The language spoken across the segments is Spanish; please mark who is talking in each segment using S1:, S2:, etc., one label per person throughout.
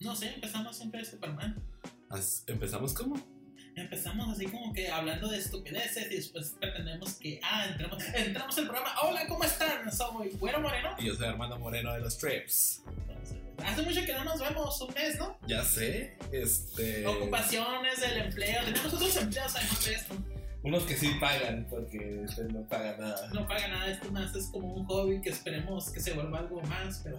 S1: No sé, empezamos siempre de Superman.
S2: As- ¿Empezamos cómo?
S1: Empezamos así como que hablando de estupideces y después pretendemos que, ah, entramos, entramos el programa. Hola, ¿cómo están? Soy Güero Moreno.
S2: Y yo soy Armando Moreno de los Trips.
S1: Entonces, hace mucho que no nos vemos, un mes, ¿no?
S2: Ya sé, este.
S1: Ocupaciones, el empleo. Tenemos otros empleos además de esto.
S3: Unos que sí pagan, porque
S2: este,
S3: pues, no pagan nada.
S1: No paga nada, esto más es como un hobby que esperemos que se vuelva algo más, pero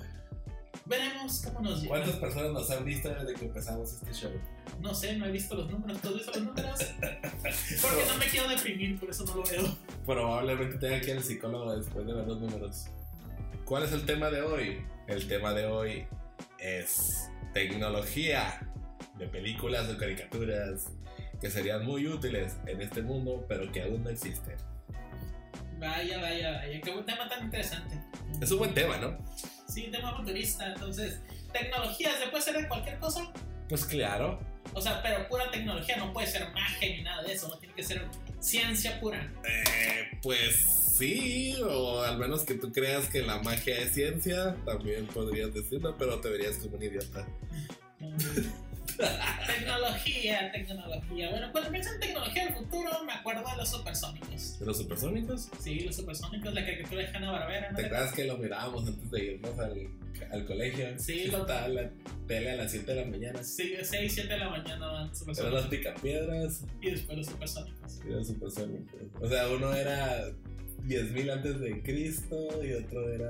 S1: veremos cómo nos lleva.
S3: ¿Cuántas personas nos han visto desde que empezamos este show?
S1: No sé, no he visto los números. ¿Tú has visto los números? Porque no me quiero deprimir, por eso no lo veo.
S2: Probablemente tenga que ir al psicólogo después de ver los números. ¿Cuál es el tema de hoy? El tema de hoy es tecnología de películas o caricaturas que serían muy útiles en este mundo, pero que aún no existen.
S1: Vaya, vaya, vaya. Qué buen tema tan interesante.
S2: Es un buen tema, ¿no?
S1: Sí, tema futurista. Entonces, tecnologías, ¿se puede ser de cualquier cosa?
S2: Pues claro,
S1: O sea, pero pura tecnología, no puede ser magia ni nada de eso. No tiene que ser ciencia pura.
S2: Eh, pues sí, o al menos que tú creas que la magia es ciencia, también podrías decirlo, pero te verías como un idiota.
S1: tecnología, tecnología. Bueno, cuando pienso en tecnología del futuro, me acuerdo de los supersónicos.
S2: ¿De los supersónicos?
S1: Sí, los supersónicos, la caricatura de Hanna Barbera, ¿no?
S2: ¿Te acuerdas que lo mirábamos antes de irnos al, al colegio?
S1: Sí,
S2: Que
S1: lo-
S2: Estaba en la tele a las 7 de la mañana.
S1: Sí, 6, 7 de la mañana van los
S2: Eran las
S1: supersónicos.
S2: picapiedras
S1: Y después los supersónicos.
S2: y los supersónicos. O sea, uno era 10.000 antes de Cristo y otro era...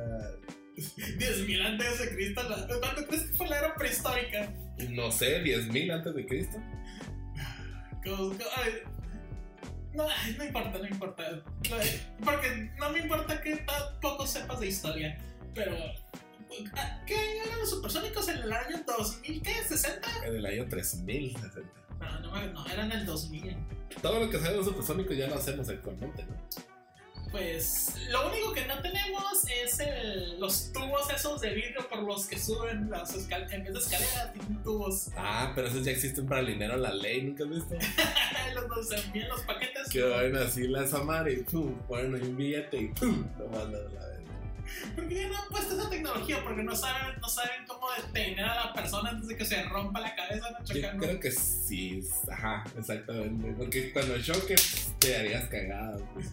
S1: 10.000 antes de Cristo, la- ¿cuánto crees que fue la era prehistórica?
S2: No sé, 10.000 antes de Cristo.
S1: Como- como- ay, no, ay, no importa, no importa. Porque no me importa que tampoco sepas de historia. Pero, ah, ¿qué eran los supersónicos en el año 2000? ¿Qué? ¿60?
S2: En el año 3000.
S1: No, no, mames, no, eran el 2000.
S2: Todo lo que sabemos de supersónicos ya lo hacemos actualmente, ¿no?
S1: Pues lo único que no tenemos es el- los tubos esos de vidrio por los que suben las escal- en vez de escaleras, tienen tubos.
S2: Ah, pero esos ya existen para el dinero, la ley, ¿nunca has visto?
S1: los nos envían los paquetes.
S2: que van así la Samara y pum, ponen ahí un billete y pum, lo mandan a la vez.
S1: ¿Por qué no han puesto esa tecnología? Porque no saben, no saben cómo detener a la persona antes de que se rompa la cabeza no
S2: Yo
S1: chocando.
S2: creo que sí, es- ajá, exactamente. Porque cuando choques te harías cagada. pues.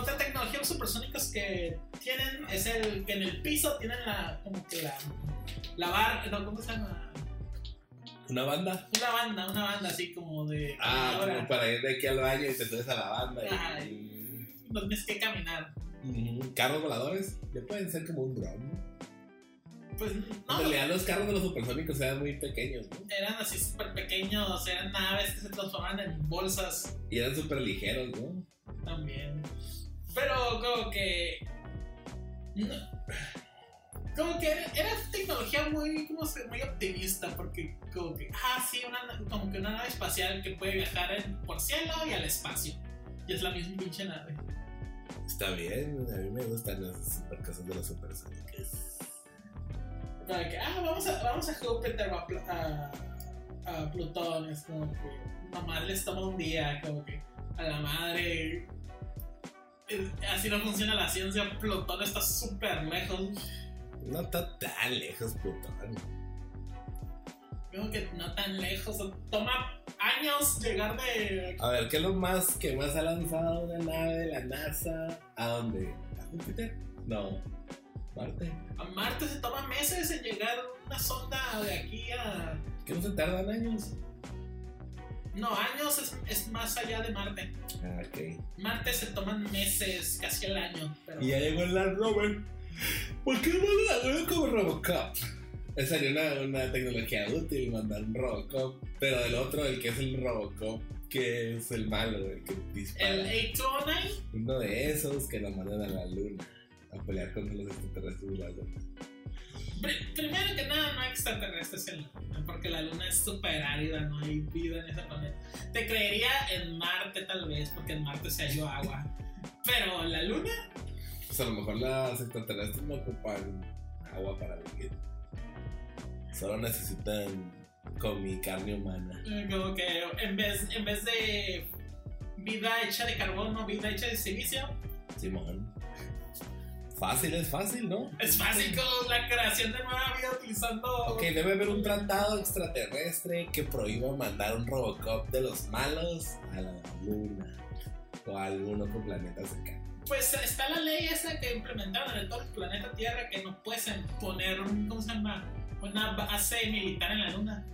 S1: Otra tecnología los supersónicos que tienen es el que en el piso tienen la como que la la bar, no, ¿cómo se llama?
S2: Una banda.
S1: Una banda, una banda así como de
S2: Ah,
S1: ahora,
S2: como para ir de aquí al baño y te subes a la banda. Y,
S1: Ay. no tienes que caminar.
S2: Ujú. mm, Carros voladores, ya pueden ser como un dron. ¿no?
S1: Pues
S2: En
S1: no,
S2: realidad los carros de los supersónicos eran muy pequeños, ¿no?
S1: eran así súper pequeños, eran naves que se transformaban en bolsas
S2: Y eran súper ligeros, ¿no?
S1: también. Pero como que... no- Como que era tecnología muy, como se- muy optimista, porque como que, ah, sí, una, na- como que una nave espacial que puede viajar en- por cielo y al espacio. Y es la misma pinche nave.
S2: Está bien, a mí me gustan las super cosas de los supersónicos.
S1: Como que, ah, vamos a, vamos a Júpiter, a, Pl- a, a Plutón, es como que nomás les toma un día, como que a la madre. Eh, Así no funciona la ciencia, Plutón está súper lejos.
S2: No está tan lejos, Plutón.
S1: Creo que no tan lejos, o- toma años llegar de...
S2: A ver, ¿qué es lo más que más ha lanzado una nave de la NASA? ¿A dónde? ¿A Júpiter? No. ¿Marte?
S1: A Marte se toma meses en llegar una sonda de aquí a...
S2: ¿Qué no se tardan años?
S1: No, años es, es más allá de Marte.
S2: Ah, ok.
S1: Marte se toman meses, casi el año. Pero...
S2: Y ya llegó el Land Rover. ¿Por qué no la veo como Robocop? Esa sería una, una tecnología útil, mandar un Robocop. Pero el otro, el que es el Robocop, que es el malo, el que
S1: El
S2: dispara.
S1: A209,
S2: Uno de esos que lo mandan a la luna a pelear contra los extraterrestres. y las demás.
S1: pri- primero que nada, no hay extraterrestres en la Luna, porque la Luna es súper árida, no hay vida en ese planeta. Te creería en Marte tal vez, porque en Marte se halló agua. Pero en la Luna,
S2: Pues a lo mejor las extraterrestres no ocupan agua para vivir. Solo necesitan mi carne humana.
S1: Como que en vez, en vez de vida hecha de carbono, vida hecha de silicio,
S2: Simón. Fácil, es fácil, ¿no?
S1: Es fácil como la creación de nueva vida utilizando.
S2: Ok, debe haber un tratado extraterrestre que prohíba mandar un Robocop de los malos a la luna o a algún otro planeta cercano.
S1: Pues está la ley esa que implementaron en todo el planeta Tierra que no puedes poner un, ¿cómo se llama? Una base militar en la luna.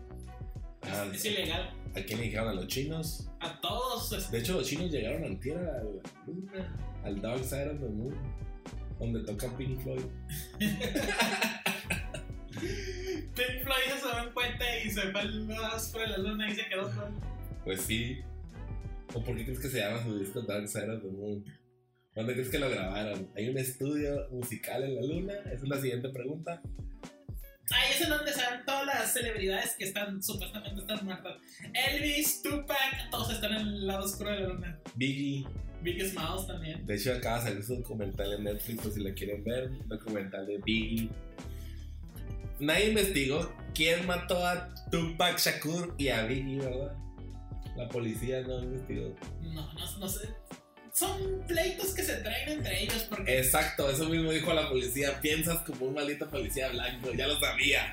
S2: Ah,
S1: Es ilegal.
S2: ¿A quién le dijeron a los chinos?
S1: A todos. es-
S2: De hecho, los chinos llegaron a Tierra, a la luna, al Dark Side of the Moon, donde toca Pink Floyd.
S1: Pink Floyd se dio en cuenta y se fue al más por la luna y se quedó solo.
S2: Pues sí. ¿O por qué crees que se llama su disco Dark Side of the Moon? ¿Dónde crees que lo grabaron? ¿Hay un estudio musical en la luna? Esa es la siguiente pregunta.
S1: Ahí es en donde están todas las celebridades que están supuestamente están muertas. Elvis, Tupac, todos están en el lado oscuro de la luna.
S2: Biggie.
S1: Big Smiles también.
S2: De hecho, acaba de salir su documental en Netflix, por si la quieren ver. Documental de Biggie. Nadie investigó quién mató a Tupac Shakur y a Biggie, ¿verdad? La policía no investigó.
S1: No, no, no sé. Son pleitos que se traen entre ellos
S2: Eh.
S1: porque
S2: Exacto, eso mismo dijo la policía. Piensas como un maldito policía blanco, ya lo sabía.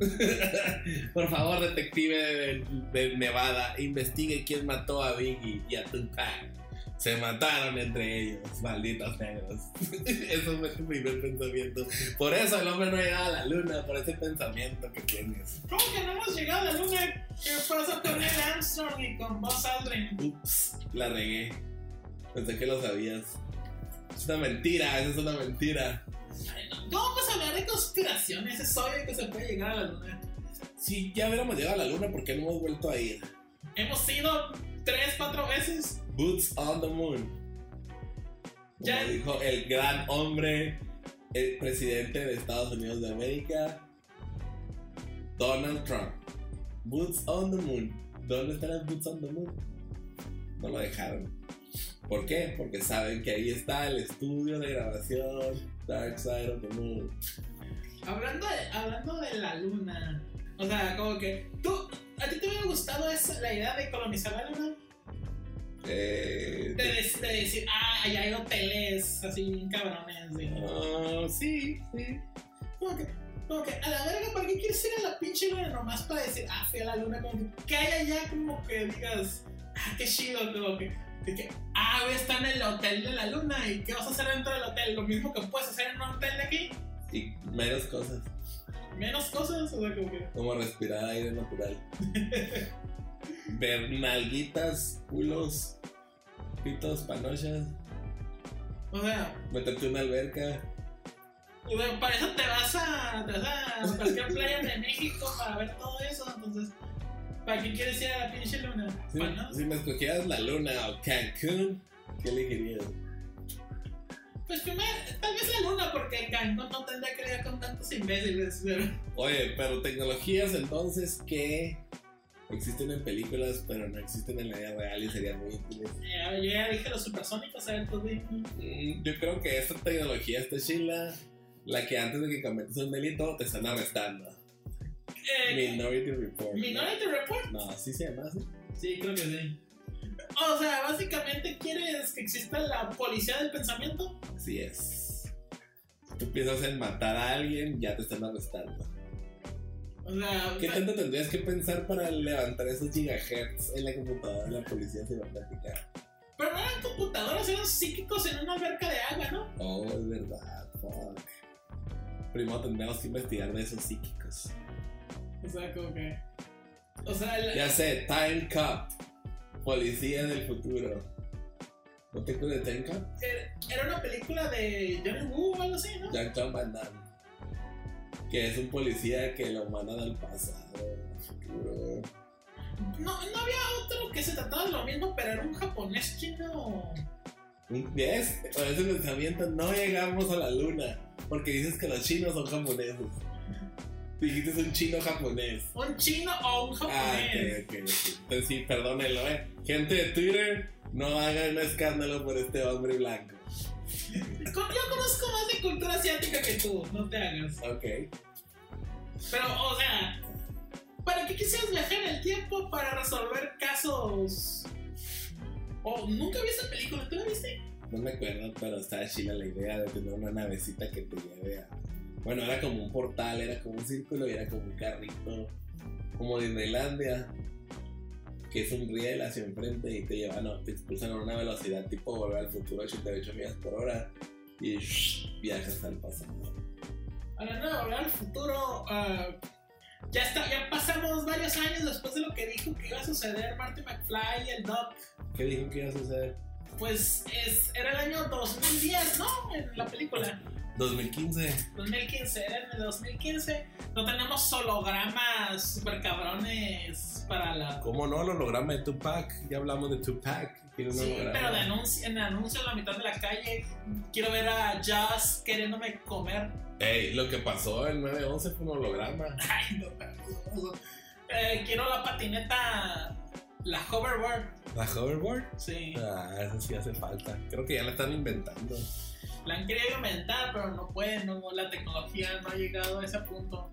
S2: Por favor, detective de, de Nevada, investigue quién mató a Biggie y a Tupac. Se mataron entre ellos, malditos negros. eso fue tu primer pensamiento. Por eso el hombre no llegaba a la luna, por ese pensamiento que tienes.
S1: ¿Cómo que no hemos llegado a la luna? ¿Qué pasó con Neil Armstrong y con Buzz Aldrin?
S2: Ups, la regué. Pensé que lo sabías. Es una mentira, eso es una mentira.
S1: Ay, no. ¿Cómo vas a hablar de conspiraciones? Es obvio que se puede llegar a la luna.
S2: Si ya hubiéramos llegado a la luna, ¿por qué no hemos vuelto a ir?
S1: Hemos ido tres, cuatro veces.
S2: Boots on the Moon. Como
S1: Ya.
S2: dijo el gran hombre, el presidente de Estados Unidos de América, Donald Trump. Boots on the Moon. ¿Dónde están las Boots on the Moon? No lo dejaron. ¿Por qué? Porque saben que ahí está el estudio de grabación Dark Side of the Moon.
S1: Hablando de, hablando de la luna. O sea, como que. ¿Tú, ¿A ti te hubiera gustado esa, la idea de colonizar la luna?
S2: Eh,
S1: De, dec- de decir, ah, allá hay hoteles así bien cabrones. de-
S2: ah, sí, sí.
S1: Como que, como que, a la verga, ¿para qué quieres ir a la pinche luna nomás para decir, ah, fui a la luna? Como que, que hay allá como que digas, ah, qué chido, como que, de que, ah, voy a estar en el hotel de la luna y qué vas a hacer dentro del hotel, lo mismo que puedes hacer en un hotel de aquí,
S2: Y menos cosas.
S1: menos cosas, o sea, como que,
S2: Como respirar aire natural. Ver nalguitas, culos, pitos, panochas,
S1: o sea,
S2: meterte en una alberca.
S1: o sea, para eso te vas a, te vas a cualquier playa de México para ver todo eso, entonces, ¿para qué quieres ir a la pinche luna? Pues
S2: Si,
S1: Bueno,
S2: si me escogieras la luna o Cancún, ¿qué elegirías?
S1: pues primero, tal vez la luna, porque Cancún no tendría que lidiar con tantos imbéciles, pero...
S2: Oye, pero tecnologías entonces que existen en películas pero no existen en la vida real y serían muy útiles.
S1: Eh, yo ya dije los supersónicos, a ver, tú di.
S2: Mm, Yo creo que esta tecnología, esta chila, la que antes de que cometas un delito te están arrestando.
S1: Eh,
S2: Minority Report. ¿no?
S1: Minority Report.
S2: No, sí se llama así.
S1: Sí, creo que sí. O sea, básicamente quieres que exista la policía del pensamiento.
S2: Así es. Si tú piensas en matar a alguien, ya te están arrestando.
S1: O sea,
S2: ¿Qué tanto tendrías que pensar para levantar esos gigahertz en la computadora de la policía cibernética?
S1: pero no eran computadoras, eran psíquicos en una alberca de agua, ¿no?
S2: Oh, es verdad, fuck. Primero tendríamos que investigar de esos psíquicos.
S1: O sea, como que. O sea, la-
S2: Ya sé, Time Cup. Policía del futuro. ¿No te acuerdas de Time Cup?
S1: era- era una película de Johnny Woo o algo así, ¿no?
S2: Jean-Claude Van Damme. Que es un policía que lo mandan al pasado, al futuro.
S1: No, no había otro que se trataba de lo mismo, pero era un japonés chino.
S2: ¿Ves? Con ese pensamiento no llegamos a la luna. Porque dices que los chinos son japoneses. Dijiste es un chino japonés.
S1: Un chino o un
S2: Ah,
S1: japonés.
S2: ok, ok, ok. Entonces sí, perdónenlo, eh. Gente de Twitter, no hagan un escándalo por este hombre blanco.
S1: Con- Yo conozco más de cultura asiática que tú, no te hagas.
S2: Ok.
S1: Pero, o sea, ¿para qué quisieras viajar en el tiempo para resolver casos? O nunca vi esa película, ¿tú la viste?
S3: no me acuerdo, pero estaba chila la idea de tener una navecita que te lleve a. Bueno, era como un portal, era como un círculo y era como un carrito, como Disneylandia, que es un riel hacia enfrente y te llevan, a- te expulsan a una velocidad tipo volver al futuro 88 millas por hora y shh, viajas al pasado.
S1: Ahora no, ahora al futuro. ah, ya está, ya pasamos varios años después de lo que dijo que iba a suceder Marty McFly y el Doc.
S3: ¿Qué dijo que iba a suceder?
S1: Pues es, era el año 2010, ¿no? En la película.
S2: 2015.
S1: 2015, era en el 2015. No tenemos hologramas super cabrones para la.
S2: ¿Cómo no? El holograma de Tupac. Ya hablamos de Tupac. Tiene un
S1: Sí,
S2: holograma.
S1: pero de anuncio, en anuncio en la mitad de la calle. Quiero ver a Jazz queriéndome comer.
S2: Ey, lo que pasó en 9-11 fue un holograma.
S1: Ay, no, no, no. Eh, quiero la patineta, la hoverboard.
S2: ¿La hoverboard?
S1: Sí,
S2: Ah, eso sí hace falta. Creo que ya la están inventando.
S1: la han querido inventar, pero no pueden, no, la tecnología no ha llegado a ese punto.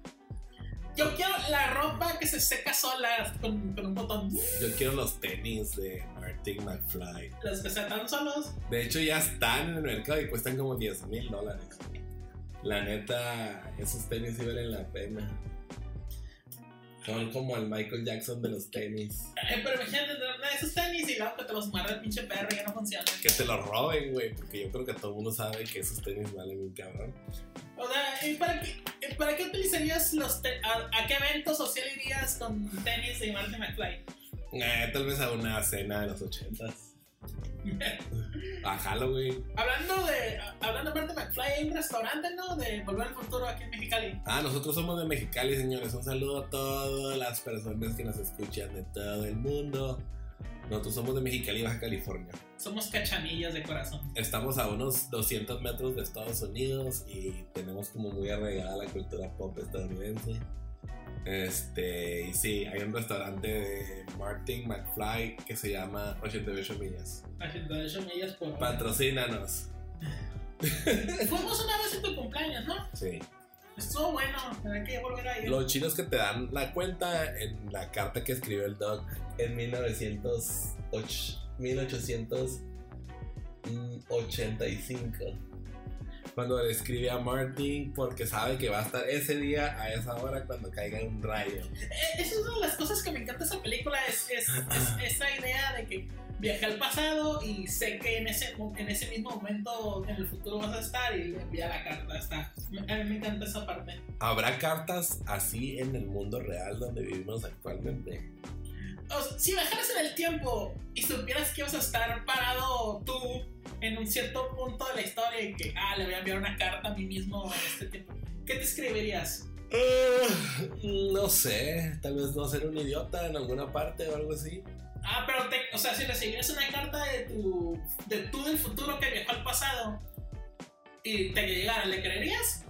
S1: Yo quiero la ropa que se seca sola con, con un botón,
S2: Yo quiero los tenis de Martin McFly.
S1: las que se atan solos.
S2: De hecho, ya están en el mercado y cuestan como 10 mil dólares. La neta, esos tenis sí valen la pena. Son como el Michael Jackson de los tenis.
S1: Eh, pero imagínate tener una de esos tenis y luego que te los muerde el pinche perro y ya no funciona.
S2: Que te los roben, güey, porque yo creo que todo el mundo sabe que esos tenis valen un cabrón.
S1: O sea, ¿y para qué, eh, para qué utilizarías los te- a, a qué evento social irías con tenis de Marty McFly?
S2: Eh, tal vez a una cena de los 80 A Halloween.
S1: Hablando de, a- hablando de Marty McFly, hay un restaurante, ¿no? De Volver al Futuro aquí en Mexicali.
S2: Ah, nosotros somos de Mexicali, señores. Un saludo a todas las personas que nos escuchan de todo el mundo. Nosotros somos de Mexicali, Baja California.
S1: Somos cachanillas de corazón.
S2: Estamos a unos 200 metros de Estados Unidos y tenemos como muy arraigada la cultura pop estadounidense. Este, y sí, hay un restaurante de Martin McFly que se llama 88 millas.
S1: Haciendo de hecho millas por hora.
S2: Patrocínanos.
S1: Fuimos una vez en tu cumpleaños, ¿no?
S2: Sí.
S1: Estuvo bueno, tendré que volver a ir.
S2: Lo chido es que te dan la cuenta en la carta que escribió el Doc en 1908 1885. Cuando le escribe a Martin porque sabe que va a estar ese día a esa hora cuando caiga un rayo.
S1: Eh, Esa es una de las cosas que me encanta de esa película, es, es, es esa idea de que viajé al pasado y sé que en ese, mo- en ese mismo momento en el futuro vas a estar y le envía la carta. Está. A mí me encanta esa parte.
S2: ¿Habrá cartas así en el mundo real donde vivimos actualmente?
S1: O sea, si viajaras en el tiempo y supieras que ibas a estar parado tú en un cierto punto de la historia y que, ah, le voy a enviar una carta a mí mismo en este tiempo, ¿qué te escribirías?
S2: Ah, no sé, tal vez no ser un idiota en alguna parte o algo así.
S1: Ah, pero te- o sea, si recibieras una carta de tu de tú del futuro que viajó al pasado y te llegara, ¿le creerías?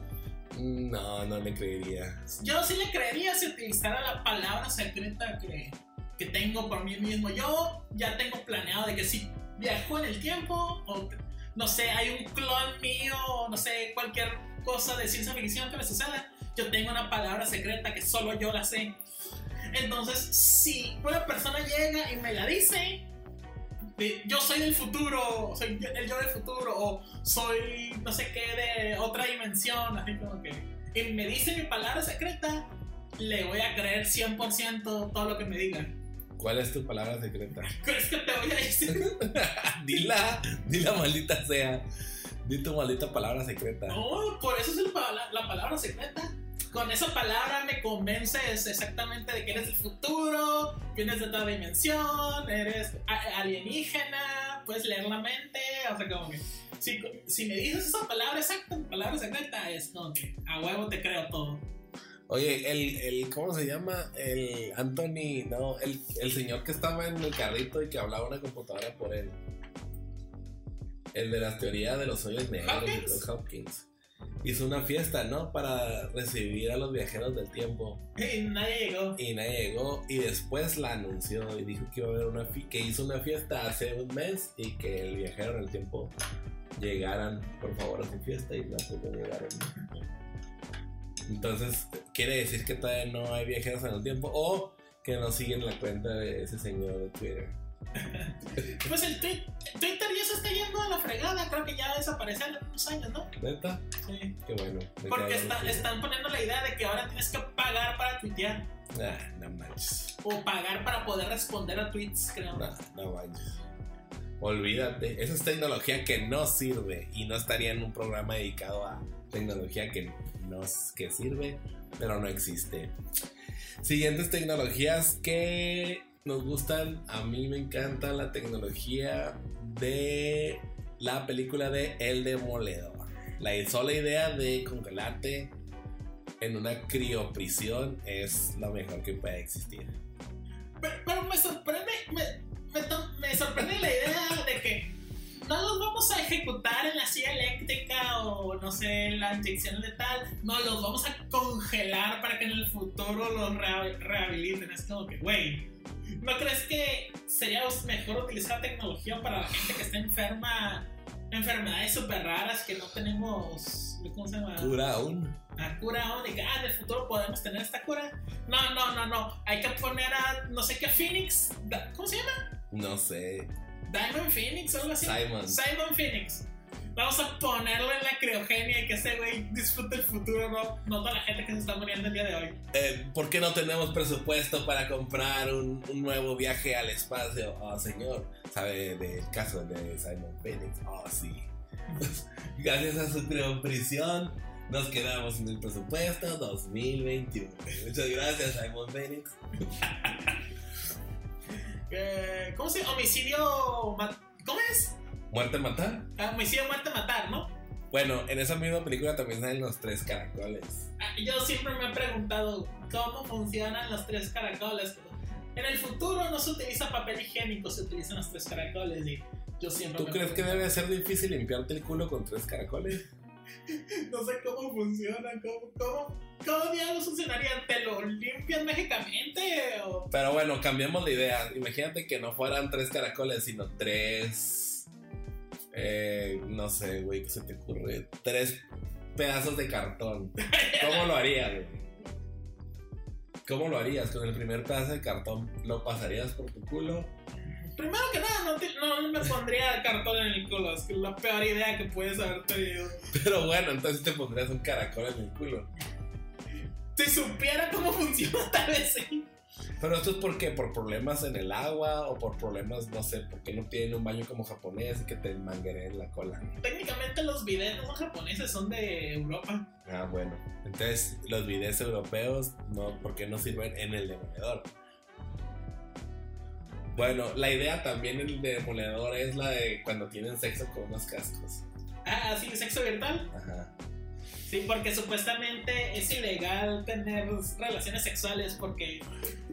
S2: Mm, No, no le creería.
S1: Yo sí le creería si utilizara la palabra secreta que, que tengo por mí mismo. Yo ya tengo planeado de que si viajo en el tiempo o no sé, hay un clon mío, o no sé, cualquier cosa de ciencia ficción que me suceda, yo tengo una palabra secreta que solo yo la sé. Entonces, si una persona llega y me la dice, de, yo soy del futuro, soy yo- el yo del futuro, o soy no sé qué de otra dimensión, así como que, y me dice mi palabra secreta, le voy a creer 100% todo lo que me digan.
S2: ¿Cuál es tu palabra secreta?
S1: ¿Crees que te voy a decir?
S2: Dila, dila maldita sea. Di tu maldita palabra secreta.
S1: No, por eso es el pa- la, la palabra secreta. Con esa palabra me convences exactamente de que eres del futuro, vienes de otra dimensión, eres a- alienígena, puedes leer la mente, o sea, como que... Si, si me dices esa palabra exacta, palabra secreta, es como que a huevo te creo todo.
S2: Oye, el, el, ¿cómo se llama? El Anthony, no, el, el señor que estaba en el carrito y que hablaba una computadora por él. El de las teorías de los hoyos negros,
S1: Hawkins.
S2: Dr. Hopkins. Hizo una fiesta, ¿no? Para recibir a los viajeros del tiempo.
S1: Y nadie llegó.
S2: Y nadie llegó y después la anunció y dijo que iba a haber una fi- que hizo una fiesta hace un mes y que el viajero en el tiempo llegaran por favor a su fiesta y no pues, no llegaron. Entonces, quiere decir que todavía no hay viajeros en el tiempo o que no siguen la cuenta de ese señor de Twitter.
S1: Pues el Twi- Twitter ya se está yendo a la fregada, creo que ya desapareció en unos años, ¿no?
S2: ¿Neta?
S1: Sí.
S2: Qué bueno. Me
S1: Porque
S2: quedo
S1: está-
S2: dormido.
S1: están poniendo la idea de que ahora tienes que pagar para tuitear
S2: Ah, no manches.
S1: o pagar para poder responder a tweets, creo.
S2: No, no manches. Olvídate. Esa es tecnología que no sirve y no estaría en un programa dedicado a tecnología que no que sirve, pero no existe. Siguientes tecnologías que nos gustan. A mí me encanta la tecnología de la película de El Demoledor. La sola idea de congelarte en una crioprisión es lo mejor que puede existir.
S1: Pero, pero me sorprende, me, me to- me sorprende la idea de que no los vamos a ejecutar en la silla eléctrica o no sé, en la inyección letal, no los vamos a congelar para que en el futuro los reha- rehabiliten. Es como que, güey, ¿no crees que sería us- mejor utilizar tecnología para la gente que está enferma, enfermedades súper raras que no tenemos, ¿cómo se llama?
S2: Cura aún.
S1: la cura aún de que ah, en el futuro podemos tener esta cura. No, no, no, no. Hay que poner a no sé qué Phoenix. Da- ¿Cómo se llama?
S2: No sé,
S1: Diamond Phoenix o algo así.
S2: Simon.
S1: Simon Phoenix. Vamos a ponerlo en la criogenia y que ese güey disfrute el futuro, no, no toda la gente que se está muriendo el día de hoy.
S2: Eh, ¿Por qué no tenemos presupuesto para comprar un, un nuevo viaje al espacio? Oh, señor, sabe del caso de Simon Phoenix. Oh, sí. Gracias a su prisión nos quedamos sin el presupuesto 2021. Muchas gracias, Simon Phoenix.
S1: Eh, ¿Cómo se llama? Homicidio. ma- ¿Cómo es?
S2: ¿Muerte matar?
S1: Ah, homicidio, muerte, matar, ¿no?
S2: Bueno, en esa misma película también salen los tres caracoles.
S1: Ah, Yo siempre me he preguntado cómo funcionan los tres caracoles. En el futuro no se utiliza papel higiénico, se utilizan los tres caracoles. Y yo siempre.
S2: ¿Tú
S1: me
S2: crees que
S1: pregunto,
S2: debe ser difícil limpiarte el culo con tres caracoles?
S1: No sé cómo funciona, cómo, cómo, cómo diablos funcionaría. ¿Te lo limpian mágicamente? O...
S2: Pero bueno, cambiamos la idea. Imagínate que no fueran tres caracoles, sino tres. eh, no sé, güey, ¿qué se te ocurre? Tres pedazos de cartón. ¿Cómo lo harías, güey? ¿Cómo lo harías? Con el primer pedazo de cartón, ¿lo pasarías por tu culo?
S1: Primero que nada, no, te- no me pondría cartón en el culo. Es que la peor idea que puedes haber tenido.
S2: Pero bueno, entonces te pondrías un caracol en el culo.
S1: Si supiera cómo funciona, tal vez sí.
S2: Pero esto es porque por problemas en el agua o por problemas, no sé, porque no tienen un baño como japonés y que te manguereen la cola.
S1: Técnicamente los videos no son japoneses, son de Europa.
S2: Ah, bueno. Entonces, los bidets europeos, no, ¿por qué no sirven en el demoledor? Bueno, la idea también en el demoledor es la de cuando tienen sexo con unos cascos.
S1: Ah, sí, sexo virtual.
S2: Ajá.
S1: Sí, porque supuestamente es ilegal tener relaciones sexuales porque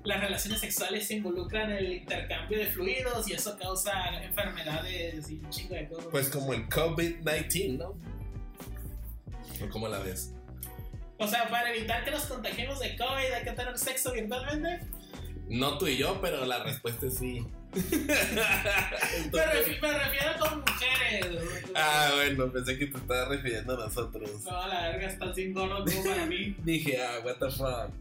S1: las relaciones sexuales involucran el intercambio de fluidos y eso causa enfermedades y un chingo de cosas.
S2: Pues como el COVID-19, ¿no? ¿O cómo la ves?
S1: O sea, para evitar que nos contagiemos de COVID hay que tener sexo virtualmente.
S2: No tú y yo, pero la respuesta es sí.
S1: Me, refi- me refiero con mujeres.
S2: ah, bueno, pensé que te estabas refiriendo a nosotros.
S1: No, la verga, estás bien gordo como para mí.
S2: Dije, ah, what the fuck.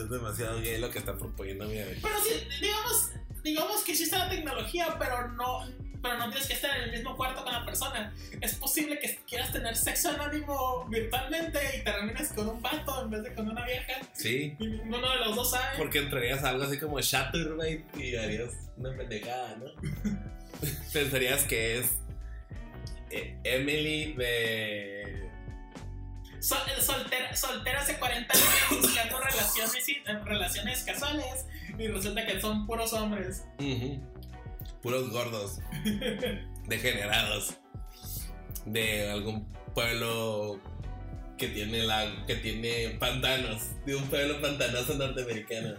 S2: Es demasiado gay lo que está proponiendo mi amigo.
S1: Pero sí, digamos, digamos que existe la tecnología, pero no, pero no tienes que estar en el mismo cuarto con la persona. Es posible que quieras tener sexo anónimo virtualmente y termines con un vato en vez de con una vieja.
S2: Sí,
S1: Y ninguno de los dos sabe.
S2: Porque entrarías a algo así como Shatterbait y harías una pendejada, ¿no? Pensarías que es eh, Emily de.
S1: Sol- eh, soltera, soltera hace 40 años buscando relaciones, y- eh, relaciones casuales y resulta que son puros hombres.
S2: Ujú. Puros gordos, degenerados, de algún pueblo que tiene, la, que tiene pantanos, de un pueblo pantanoso norteamericano.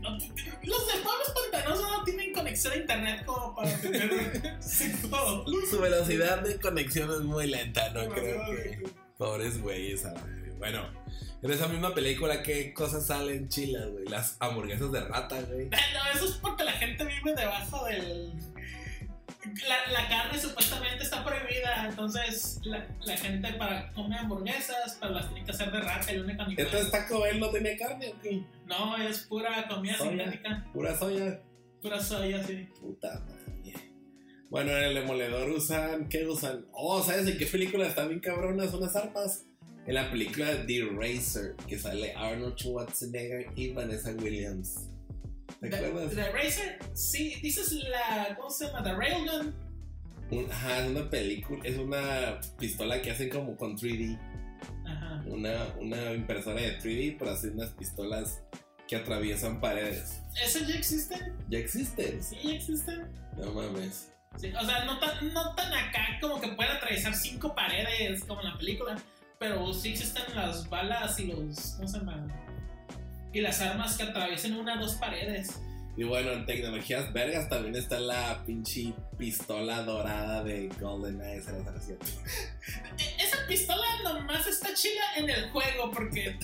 S1: No, t- t- Los de pueblos pantanosos no tienen conexión a internet como para tener sexo.
S2: Su velocidad de conexión es muy lenta, ¿no? Creo que. Pobres güeyes, a la verga. Bueno, en esa misma película, ¿qué cosas salen chilas, güey? Las hamburguesas de rata, güey.
S1: Ay, No, eso es porque la gente vive debajo del. La, la carne supuestamente está prohibida, entonces la, la gente para come hamburguesas, pero las tiene que hacer de rata y única animal.
S2: Entonces Taco Bell no tenía carne, güey.
S1: No, es pura comida
S2: Soya.
S1: sintética,
S2: Pura soya.
S1: pura soya, sí.
S2: Puta madre. Bueno, en el demoledor usan, ¿qué usan? Oh, ¿sabes en qué película están bien cabronas? Unas armas. En la película The Racer, que sale Arnold Schwarzenegger y Vanessa Williams. ¿Te
S1: The,
S2: acuerdas?
S1: The Racer, sí, dices la. ¿Cómo se llama? The Railgun.
S2: Un- ajá, es una película, es una pistola que hacen como con 3D.
S1: Ajá.
S2: Una, una impresora de 3D para hacer unas pistolas que atraviesan paredes.
S1: ¿Esas ya existen?
S2: Ya existen.
S1: Sí, ya existen.
S2: No mames.
S1: Sí, o sea, no tan, no tan acá como que puedan atravesar cinco paredes como en la película, pero sí existen las balas y los. ¿Cómo se llama? Y las armas que atraviesan una o dos paredes.
S2: Y bueno, en tecnologías vergas también está la pinche pistola dorada de GoldenEye 007.
S1: E- Esa pistola nomás está chila en el juego porque.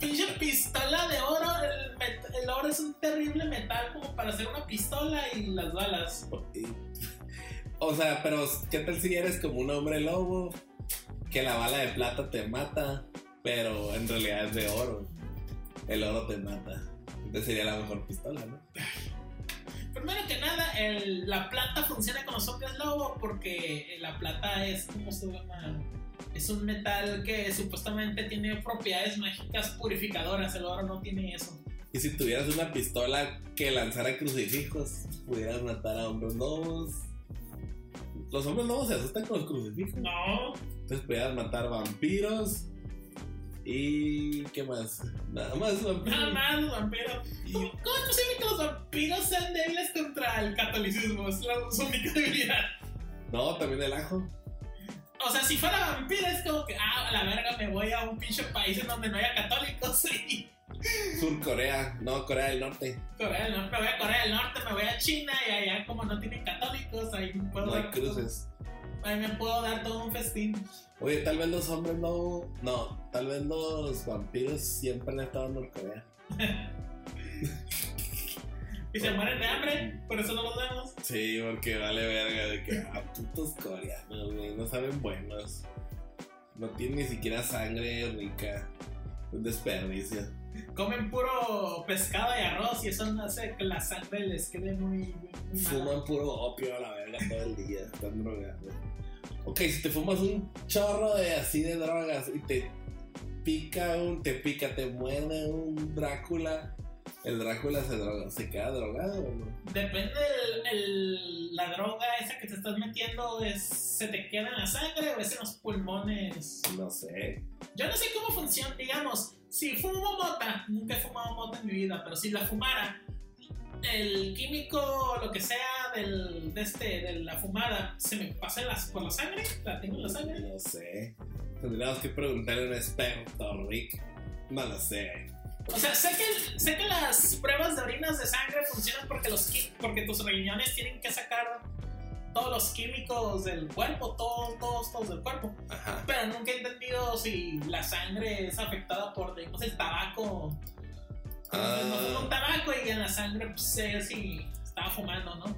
S1: Pinche pistola de oro, el, met- el oro es un terrible metal como para hacer una pistola y las balas.
S2: O sea, pero ¿qué tal si eres como un hombre lobo? Que la bala de plata te mata, pero en realidad es de oro. El oro te mata. Entonces sería la mejor pistola, ¿no?
S1: Primero que nada, el- la plata funciona con los hombres lobo porque eh, la plata es como se llama. Es un metal que supuestamente tiene propiedades mágicas purificadoras. El oro no tiene eso.
S2: Y si tuvieras una pistola que lanzara crucifijos, pudieras matar a hombres lobos. Los hombres lobos se asustan con los crucifijos.
S1: No.
S2: Entonces pudieras matar vampiros. ¿Y qué más? Nada más vampiros.
S1: Nada más los vampiros. ¿Cómo,
S2: Y-
S1: cómo es posible que los vampiros sean débiles contra el catolicismo? Es la, su única debilidad.
S2: No, también el ajo.
S1: O sea, si fuera vampiro es como que, ah, a la verga, me voy a un pinche país en donde no haya católicos y
S2: Sur Corea, no, Corea del Norte.
S1: Corea del Norte, me voy a Corea del Norte, me voy a China y allá como no tienen católicos, ahí me puedo
S2: No hay
S1: dar todo-
S2: cruces.
S1: ahí me puedo dar todo un festín.
S2: Oye, tal vez los hombres no. No, tal vez los vampiros siempre han estado en Norcorea.
S1: Y se mueren de hambre, por eso no los vemos.
S2: Sí, porque vale verga de que a putos coreanos, güey, no saben buenos. No tienen ni siquiera sangre rica. Un desperdicio.
S1: Comen puro pescado y arroz y eso hace que la sangre les quede muy, muy mala.
S2: Fuman puro opio a la verga todo el día, están drogados. Ok, si te fumas un chorro de así de drogas y te pica un, te pica, te muerde un Drácula, el Drácula se droga, se queda drogado o no?
S1: Depende del- el- la droga esa que te estás metiendo, es, se te queda en la sangre o es en los pulmones.
S2: No sé.
S1: Yo no sé cómo funciona, digamos, si fumo mota, nunca he fumado mota en mi vida, pero si la fumara, el químico, lo que sea del, de, este, de la fumada, se me pasa en las- por la sangre, la tengo en la sangre.
S2: No sé. Tendríamos que preguntarle a un experto, Rick. No lo sé.
S1: O sea, sé que, sé que las pruebas de orinas de sangre funcionan porque, los, qui- porque tus riñones tienen que sacar todos los químicos del cuerpo, todos, todos, todos del cuerpo.
S2: Ajá.
S1: Pero nunca he entendido si la sangre es afectada por, digamos, el tabaco No fumó un
S2: Ah,
S1: tabaco y en la sangre, pues sé si estaba fumando, ¿no?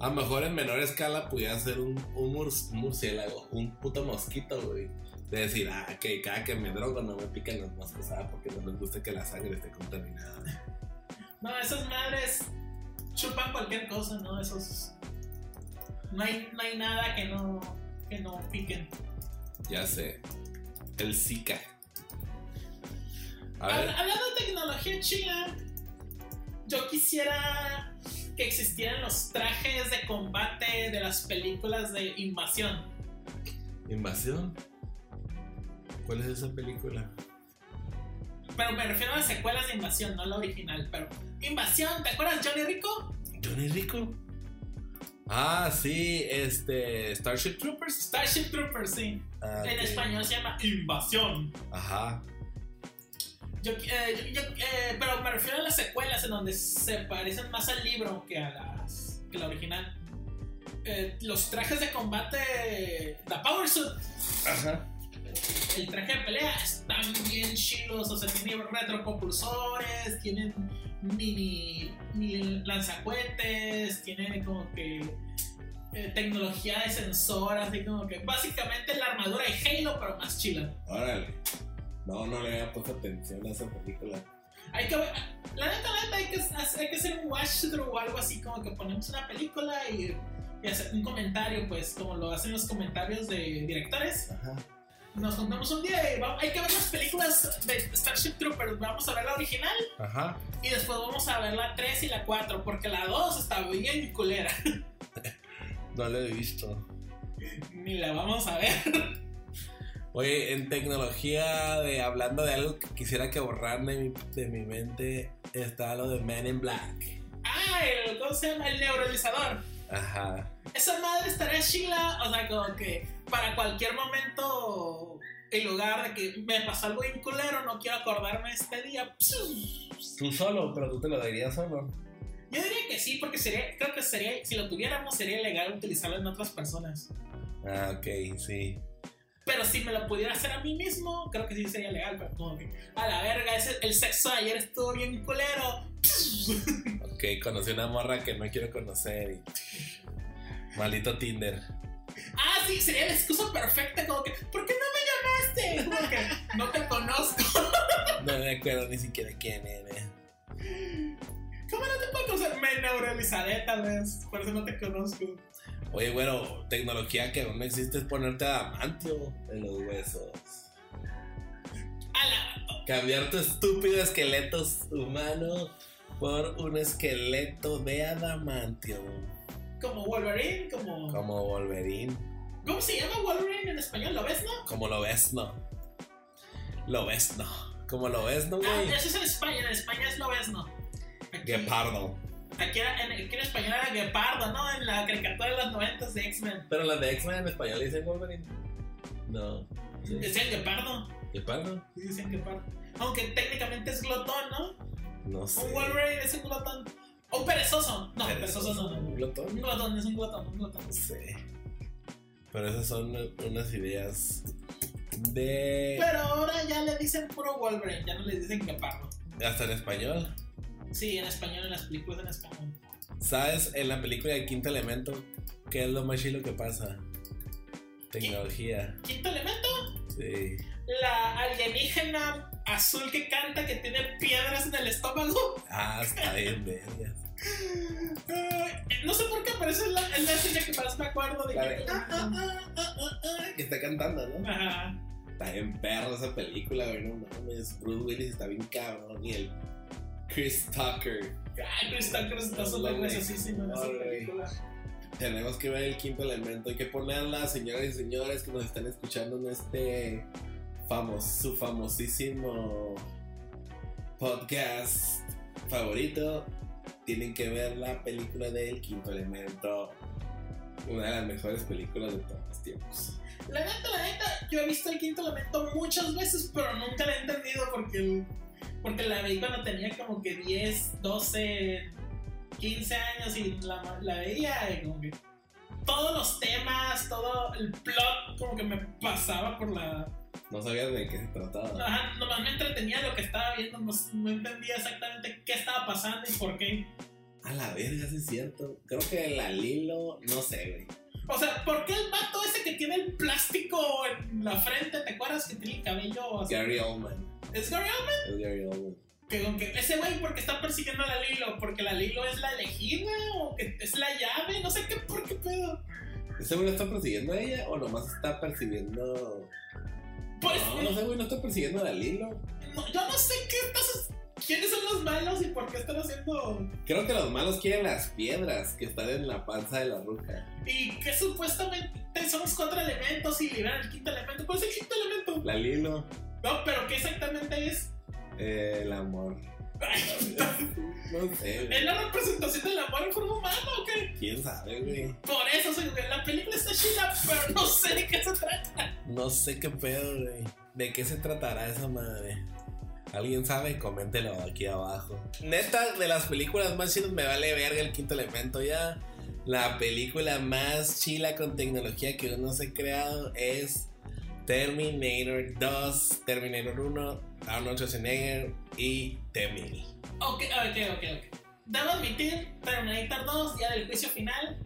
S2: a lo mejor en menor escala pudiera ser un, un murs- murciélago, un puto mosquito, güey. De decir, ah, que cada que me drogo no me pican las moscas, ah, porque no les gusta que la sangre esté contaminada.
S1: No, esas madres chupan cualquier cosa, ¿no? Esos. No hay, no hay nada que no, que no piquen.
S2: Ya sé. El Zika. A
S1: Habla-
S2: ver,
S1: Hablando de tecnología chila, yo quisiera que existieran los trajes de combate de las películas de invasión.
S2: Invasión. ¿Cuál es esa película?
S1: Pero me refiero a las secuelas de invasión, no la original. Pero, invasión, ¿te acuerdas, Johnny Rico?
S2: Johnny Rico. Ah, sí, este. Starship Troopers.
S1: Starship Troopers, sí.
S2: Ah,
S1: En
S2: ok.
S1: español se llama Invasión.
S2: Ajá.
S1: Yo, eh, yo- yo- eh, pero me refiero a las secuelas en donde se parecen más al libro que a las que la original. Eh, los trajes de combate, la Power Suit,
S2: Ajá.
S1: el traje de pelea, están bien chilos. O sea, tienen retrocopulsores, tienen mini, mini lanzacuetes, tienen como que eh, tecnología de sensor, así como que básicamente la armadura de Halo, pero más chila.
S2: Órale. No, no le había puesto atención a esa película.
S1: Hay que, la neta, la neta, hay que, hacer- hay que hacer un watch through o algo así, como que ponemos una película y y hacer un comentario, pues como lo hacen los comentarios de directores.
S3: Ajá.
S1: Nos juntamos un día y vamos, hay que ver las películas de Starship Troopers. Vamos a ver la original
S2: Ajá.
S1: y después vamos a ver la 3 y la 4, porque la 2 está bien culera.
S2: No lo he visto.
S1: Ni la vamos a ver.
S2: Oye, en tecnología, de, hablando de algo que quisiera que borraran de mi, de mi mente, está lo de Men in Black.
S1: Ah, el, ¿cómo se llama? El neuralizador.
S2: Ajá.
S1: Esa madre estaría chila, o sea, como que para cualquier momento y lugar de que me pasó algo bien culero, no quiero acordarme este día.
S2: Tú solo, pero tú te lo darías solo.
S1: Yo diría que sí, porque sería, creo que sería, si lo tuviéramos sería legal utilizarlo en otras personas.
S2: Ah, ok, sí.
S1: Pero si me lo pudiera hacer a mí mismo, creo que sí sería legal, pero como que, a la verga, ese- el sexo de ayer estuvo bien culero.
S2: Ok, conocí una morra que no quiero conocer y... Maldito Tinder.
S1: Ah, sí, sería la excusa perfecta, como que, ¿por qué no me llamaste? Como que, no te conozco.
S2: No me acuerdo ni siquiera quién eres.
S1: ¿Cómo no te puedo conocer? Me neuralizaré tal vez, por eso no te conozco.
S2: Oye, bueno, tecnología que aún no existe es ponerte adamantio en los huesos.
S1: A la...
S2: Cambiar tu estúpido esqueleto humano por un esqueleto de adamantio.
S1: Como Wolverine, como...
S2: Como Wolverine.
S1: ¿Cómo se llama Wolverine en español? ¿Lo ves, no?
S2: Como lo ves, no. Lo ves, no. Como lo ves, no,
S1: Ah,
S2: güey.
S1: eso es en España, en España es lo ves, no. Aquí,
S2: Guepardo.
S1: aquí, era- en, aquí en español era Guepardo, ¿no? En la caricatura de los noventas de X-Men.
S2: Pero las de X-Men en español dicen Wolverine. No.
S1: Decían Guepardo.
S2: ¿Guepardo?
S1: Sí, decían Guepardo. Aunque técnicamente es glotón, ¿no?
S2: No sé.
S1: Un Wolverine es un glotón. O un perezoso. No, perezoso no. no.
S2: ¿Un glotón?
S1: Un glotón, es un glotón, un glotón.
S2: No sé. Pero esas son unas ideas de.
S1: Pero ahora ya le dicen puro Wolverine, ya no le dicen Guepardo.
S2: Hasta en español.
S1: Sí, en español, en las películas en español.
S2: ¿Sabes? En la película de Quinto Elemento, ¿qué es lo más chilo que pasa? Tecnología.
S1: Quinto elemento,
S2: Sí.
S1: la alienígena azul que canta que tiene piedras en el estómago.
S2: Ah, está bien, verga.
S1: Eh, no sé por qué, pero esa es la, es la escena que más me acuerdo de
S3: La
S1: que-
S3: de-
S1: Ah, ah, ah, ah, ah, ah.
S3: Que está cantando, ¿no?
S1: Ajá.
S3: Está bien perro esa película, güey. No mames. Bruce Willis está bien cabrón. Y el Chris Tucker.
S1: Ay, Chris Tucker está
S3: No,
S1: súper
S3: güey.
S1: graciosísimo en esa
S3: No, güey.
S1: película.
S3: Tenemos que ver el quinto elemento. Hay que ponerla, señoras y señores que nos están escuchando en este famoso, su famosísimo podcast favorito. Tienen que ver la película del quinto elemento. Una de las mejores películas de todos los tiempos.
S1: La neta, la neta, yo he visto el quinto elemento muchas veces, pero nunca la he entendido porque, el- porque la veí cuando tenía como que 10, 12, 15 años y la, la veía y como que todos los temas, todo el plot como que me pasaba por la...
S3: No sabías de qué se trataba.
S1: Ajá, nomás me entretenía lo que estaba viendo, no, no entendía exactamente qué estaba pasando y por qué.
S3: A la verga, sí es cierto. Creo que la Lilo, no sé, güey.
S1: O sea, ¿por qué el vato ese que tiene el plástico en la frente, te acuerdas que tiene el cabello así?
S3: Gary Oldman.
S1: ¿Es Gary
S3: Es Gary Oldman.
S1: Que, con que ese güey porque está persiguiendo a la Lilo, porque la Lilo es la elegida o que es la llave, no sé qué por qué pedo.
S3: ¿Ese güey lo está persiguiendo a ella o nomás está persiguiendo
S1: Pues
S3: No, no sé, güey, no está persiguiendo a Lilo.
S1: no, yo no sé qué pasa, quiénes son los malos y por qué están haciendo
S3: Creo que los malos quieren las piedras que están en la panza de la ruca.
S1: y que supuestamente son los cuatro elementos y liberan el quinto elemento. ¿Cuál es el quinto elemento?
S3: La Lilo,
S1: No, pero qué exactamente es.
S3: eh, el amor. No sé,
S1: ¿Es
S3: güey.
S1: la representación del amor en forma humana o qué?
S3: ¿Quién sabe, güey?
S1: Por eso, o sea, la película está chida, pero no sé de qué se trata.
S2: No sé qué pedo, güey. ¿De qué se tratará esa madre? ¿Alguien sabe? Coméntelo aquí abajo. Neta, de las películas más chidas me vale verga el quinto elemento ya. La película más chila con tecnología que uno se ha creado es Terminator 2, Terminator 1, Arnold Schwarzenegger y T-1000.
S1: Ok, ok, ok, ok. Debo admitir, Terminator 2, ya del juicio final,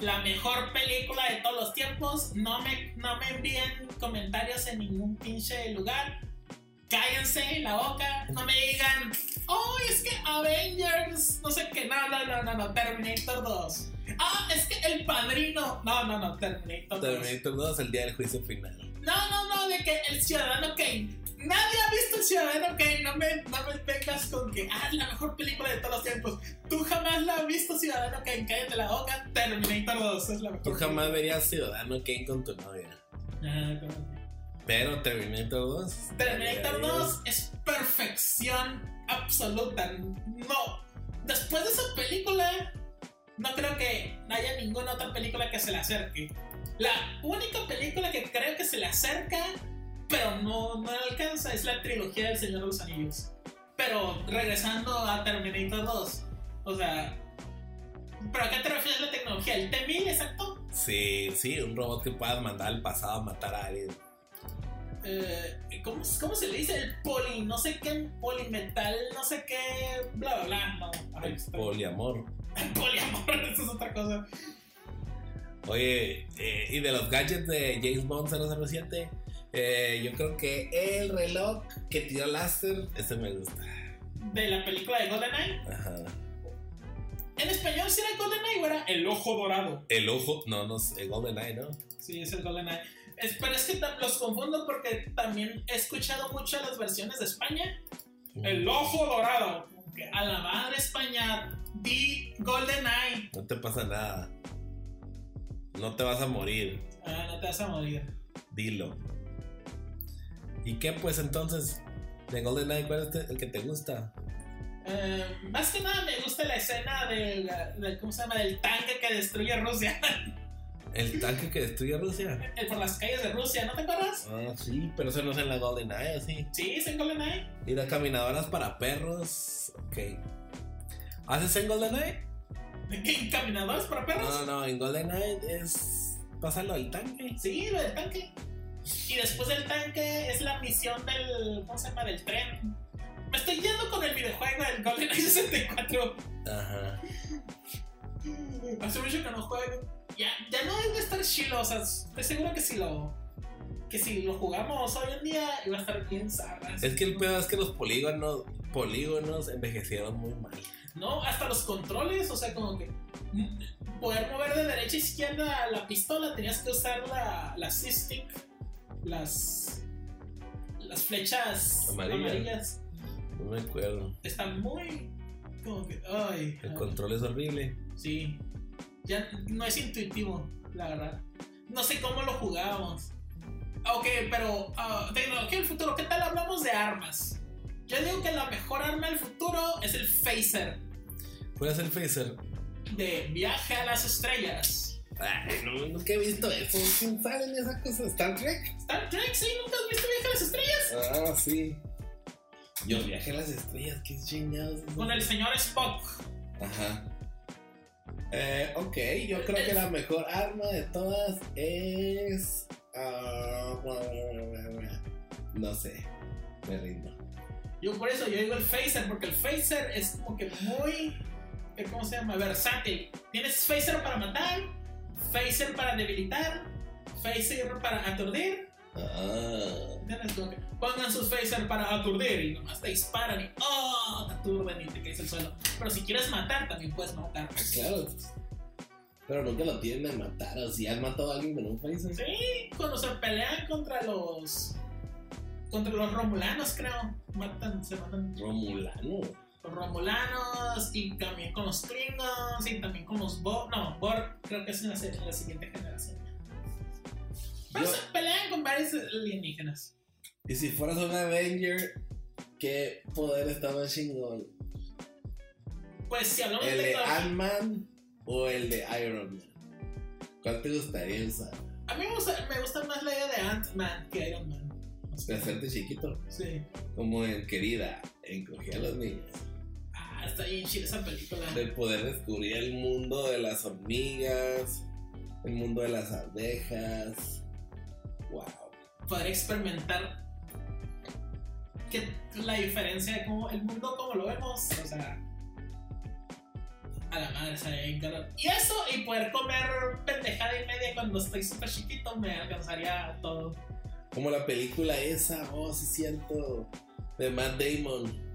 S1: la mejor película de todos los tiempos. No me, no me envíen comentarios en ningún pinche lugar. Cállense la boca, no me digan, oh, es que Avengers, no sé qué, no, no, no, no, no, Terminator 2. Ah, es que el padrino. No, no, no, Terminator. dos.
S2: Terminator 2, el día del juicio final.
S1: No, no, no, de que el Ciudadano Kane. Nadie ha visto el Ciudadano Kane. No me, no me vengas con que, ah, es la mejor película de todos los tiempos. Tú jamás la has visto, Ciudadano Kane. Cállate la boca. Terminator 2 es la mejor.
S2: Tú jamás
S1: película.
S2: verías Ciudadano Kane con tu novia.
S1: Ah, claro.
S2: Pero Terminator 2.
S1: Terminator 2 es perfección absoluta. No. Después de esa película, no creo que haya ninguna otra película que se le acerque. La única película que creo que se le acerca, pero no, no la alcanza, es la trilogía del Señor de los Anillos. Pero regresando a Terminator 2, o sea. ¿Pero a qué te refieres la tecnología? ¿El T-1000 exacto?
S2: Sí, sí, un robot que puedas mandar al pasado a matar a alguien.
S1: Eh, ¿cómo, ¿Cómo se le dice? El poli, no sé qué, polimetal, no sé qué, bla, bla, bla. No, ay,
S2: El
S1: está-
S2: poliamor.
S1: Poliamor, eso es otra cosa.
S2: Oye, eh, y de los gadgets de James Bond 007, eh, yo creo que el reloj que tiró láser, ese me gusta.
S1: De la película de GoldenEye.
S2: Ajá.
S1: En español, si era GoldenEye o era El Ojo Dorado.
S2: El ojo, no, no, es- el GoldenEye, ¿no?
S1: Sí, es el GoldenEye. Es, pero es que tam- los confundo porque también he escuchado mucho las versiones de España. El Ojo Dorado. Que A la madre España, di GoldenEye.
S2: No te pasa nada. No te vas a morir.
S1: Ah, no te vas a morir.
S2: Dilo. ¿Y qué pues entonces? De GoldenEye, ¿cuál es te- el que te gusta?
S1: Eh, más que nada me gusta la escena del, del- ¿cómo se llama? del tanque que destruye Rusia
S2: El tanque que destruye Rusia.
S1: por las calles de Rusia, ¿no te acuerdas?
S2: Ah, sí, pero eso no es en la GoldenEye, sí.
S1: Sí, es en GoldenEye.
S2: Y las caminadoras para perros. Ok. ¿Haces en GoldenEye?
S1: ¿De qué? ¿Caminadores para perros?
S2: No, no, no. En GoldenEye es. Pásalo al tanque.
S1: Sí, lo del tanque. Y después del tanque es la misión del. ¿Cómo se llama? Del tren. Me estoy yendo con el videojuego del GoldenEye 64.
S2: Ajá.
S1: Hace mucho que no juego. Ya, ya no debe estar chilo, o sea, estoy seguro que si lo. Que si lo jugamos hoy en día iba a estar bien zarras.
S2: Es que el pedo es que los polígonos. Polígonos envejecieron muy mal.
S1: No, hasta los controles, o sea, como que mm, poder mover de derecha a izquierda la pistola, tenías que usar la, la C-Stick, las, las flechas
S2: Amarillas.
S1: amarillas.
S2: No me acuerdo.
S1: Está muy, como que, ay,
S2: El
S1: ay,
S2: control es horrible.
S1: sí, ya no es intuitivo, la verdad. No sé cómo lo jugábamos. Ah, Ok, pero ah, tecnología del futuro, ¿qué tal hablamos de armas? Yo digo que la mejor arma del futuro es el phaser.
S2: ¿Cuál es el phaser?
S1: de Viaje a las Estrellas.
S2: Ay, no, nunca he visto eso. ¿Quién sabe en esas cosas? ¿Star Trek?
S1: Star Trek, sí, nunca has visto Viaje a las Estrellas.
S2: Ah, sí. Yo viajé a las estrellas, qué chingados. es
S1: Con
S2: eso?
S1: el señor Spock.
S2: Ajá. Eh, ok, yo creo que la mejor arma de todas es. ah, no sé, me rindo.
S1: Yo por eso yo digo el phaser, porque el phaser es como que muy. eh, ¿Cómo se llama? Versátil. Tienes phaser para matar, phaser para debilitar, phaser para aturdir.
S2: Ah,
S1: ¿Entiendes? Como que pongan sus phaser para aturdir y nomás te disparan y ¡oh! te aturden y te caes al suelo. Pero si quieres matar, también puedes matar.
S2: claro. Pero nunca lo tienen de matar. O si han matado a alguien con un phaser.
S1: Sí, cuando se pelean contra los. Contra los romulanos, creo. Matan, se matan
S2: Romulano.
S1: los romulanos y también con los Klingons y también con los Borg. No, Borg creo que es en la, se- en la siguiente generación. Pero
S2: Yo-
S1: se pelean con varios alienígenas.
S2: y si fueras un Avenger, ¿qué poder estaba chingón?
S1: Pues si hablamos
S2: ¿El
S1: de.
S2: de
S1: tecnología-
S2: Ant-Man o el de Iron Man? ¿Cuál te gustaría usar?
S1: A mí me gusta, me gusta más la idea de Ant-Man que Iron Man.
S2: De hacerte chiquito.
S1: Sí.
S2: Como en querida, encogía a los niños.
S1: Ah, está bien chida esa película.
S2: De poder descubrir el mundo de las hormigas, el mundo de las abejas. Wow.
S1: poder experimentar que la diferencia de cómo el mundo como lo vemos, o sea, a la madre se ve bien caro. Y eso y poder comer pendejada y media cuando estoy súper chiquito me alcanzaría todo.
S2: Como la película esa, oh, sí siento, de Matt Damon.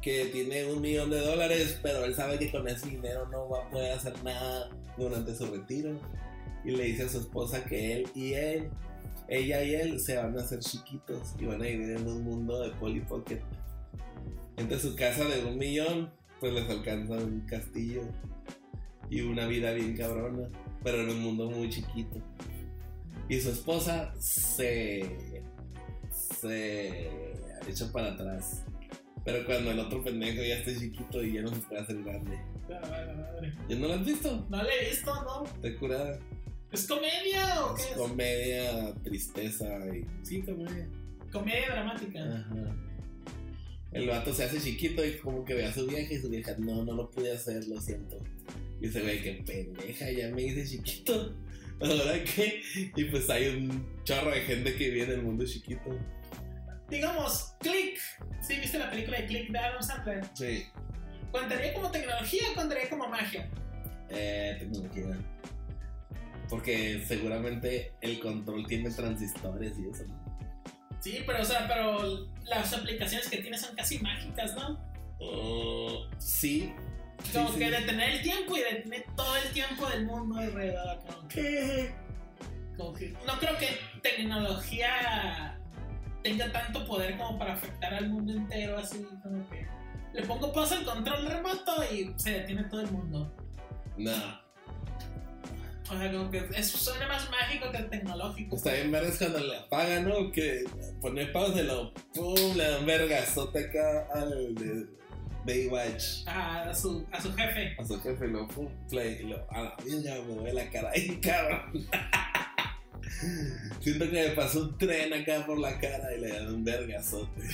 S3: que tiene un millón de dólares, pero él sabe que con ese dinero no va a poder hacer nada durante su retiro. Y le dice a su esposa que él y él, ella y él, se van a hacer chiquitos y van a vivir en un mundo de Polly Pocket. Entre su casa de un millón, pues les alcanza un castillo y una vida bien cabrona, pero en un mundo muy chiquito. Y su esposa se. se. echa para atrás. Pero cuando el otro pendejo ya está chiquito y ya no se puede hacer grande.
S1: La madre, la madre.
S3: ¿Ya no lo has visto?
S1: No la he visto, ¿no?
S3: Te curada.
S1: ¿Es comedia o qué
S3: Es
S1: es?
S3: comedia, tristeza y. Sí, comedia.
S1: comedia dramática.
S2: Ah.
S3: Ajá. El vato se hace chiquito y como que ve a su vieja y su vieja, no, no lo pude hacer, lo siento. Y se ve que pendeja, ya me hice chiquito. ¿Ahora qué? Y pues hay un chorro de gente que vive en el mundo chiquito.
S1: Digamos, Click. ¿Sí viste la película de Click de Adam Sandler?
S3: Sí.
S1: ¿Contaría como tecnología o contaría como magia?
S3: Eh, tecnología. Porque seguramente el control tiene transistores y eso.
S1: Sí, pero o sea, pero las aplicaciones que tiene son casi mágicas, ¿no?
S3: Oh, sí. Sí,
S1: Como
S3: sí.
S1: que detener el tiempo y detener todo el tiempo del mundo alrededor. Como que, como que- no creo que tecnología tenga tanto poder como para afectar al mundo entero, así como que le pongo pausa al control remoto y se detiene todo el mundo.
S3: No.
S1: O sea, como que es, suena más mágico que tecnológico.
S3: Está bien vergas cuando le apagan, ¿no? Que pone pausa y lo pum, le dan vergasota acá al de Baywatch.
S1: A su, a su jefe.
S3: A su jefe lo pum, play, y lo a la mierda me duele la cara. ¡Ay, cabrón! Siento que me pasó un tren acá por la cara y le dan un vergazote.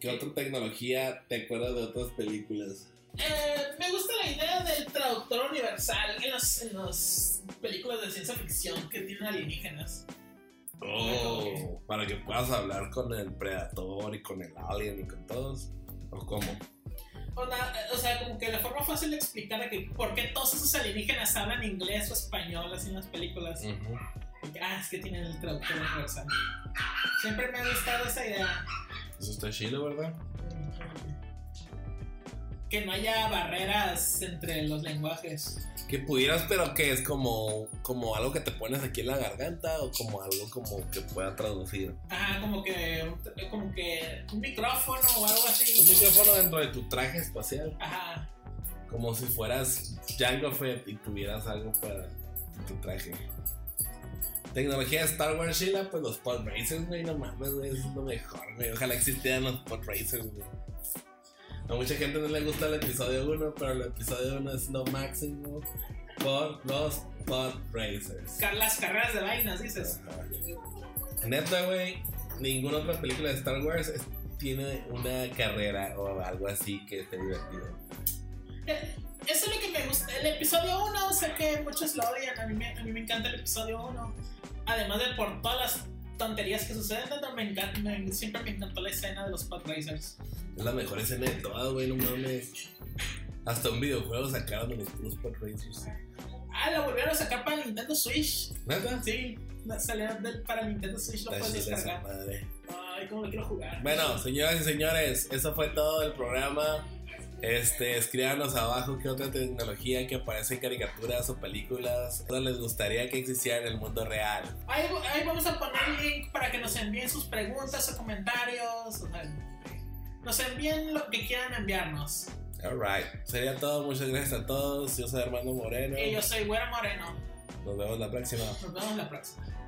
S3: ¿Qué otra tecnología te acuerdas de otras películas?
S1: Eh, me gusta la idea del traductor universal en las en las películas de ciencia ficción que tienen alienígenas.
S2: Oh, para que puedas hablar con el Predator y con el Alien y con todos. ¿O cómo?
S1: O, na- o sea, como que la forma fácil de explicar de que por qué todos esos alienígenas hablan inglés o español así en las películas.
S2: Ujú.
S1: Y que, Ah, es que tienen el traductor universal. Siempre me ha gustado esa idea.
S2: Eso está chido, ¿verdad?
S1: Que no haya barreras entre los lenguajes.
S2: Que pudieras, pero que es como, como algo que te pones aquí en la garganta o como algo como que pueda traducir.
S1: Ah, como que, como que un micrófono o algo así.
S2: Un micrófono dentro de tu traje espacial,
S1: Ajá.
S2: como si fueras Jango Fett y tuvieras algo para tu traje. Tecnología de Star Wars, Sheila, pues los pod racers, güey, no mames, güey, es lo mejor, güey. Ojalá existieran los pod racers, güey. A mucha gente no le gusta el episodio 1, pero el episodio 1 es lo máximo por los pod racers.
S1: Ca- Las carreras de vainas, dices.
S2: Neta, güey, ninguna otra película de Star Wars es- tiene una carrera o algo así que esté divertido.
S1: Eh, Eso es lo que me gusta. El episodio 1, sé que muchos lo odian. A mí, me- a mí me encanta el episodio 1. Además de por todas las tonterías que suceden dentro, me encanta, me- siempre me encantó la escena de los Podracers.
S2: Es la mejor escena de todas, güey, no mames. Hasta un videojuego sacaron de los puros Pod Racers.
S1: Ah, lo volvieron a sacar para el Nintendo Switch.
S2: ¿Neta?
S1: Sí, la- salió del, para el Nintendo Switch, lo
S2: Está
S1: puedes
S2: chida esa
S1: descargar.
S2: madre.
S1: Ay, cómo lo quiero jugar.
S2: Bueno, señoras y señores, eso fue todo el programa. Este, escríbanos abajo qué otra tecnología que aparece en caricaturas o películas no les gustaría que existiera en el mundo real.
S1: Ahí, ahí vamos a poner el link para que nos envíen sus preguntas o comentarios. O sea, nos envíen lo que quieran enviarnos.
S2: Alright, sería todo. Muchas gracias a todos. Yo soy Armando Moreno.
S1: Y yo soy Güera Moreno.
S2: Nos vemos la próxima.
S1: Nos vemos la próxima.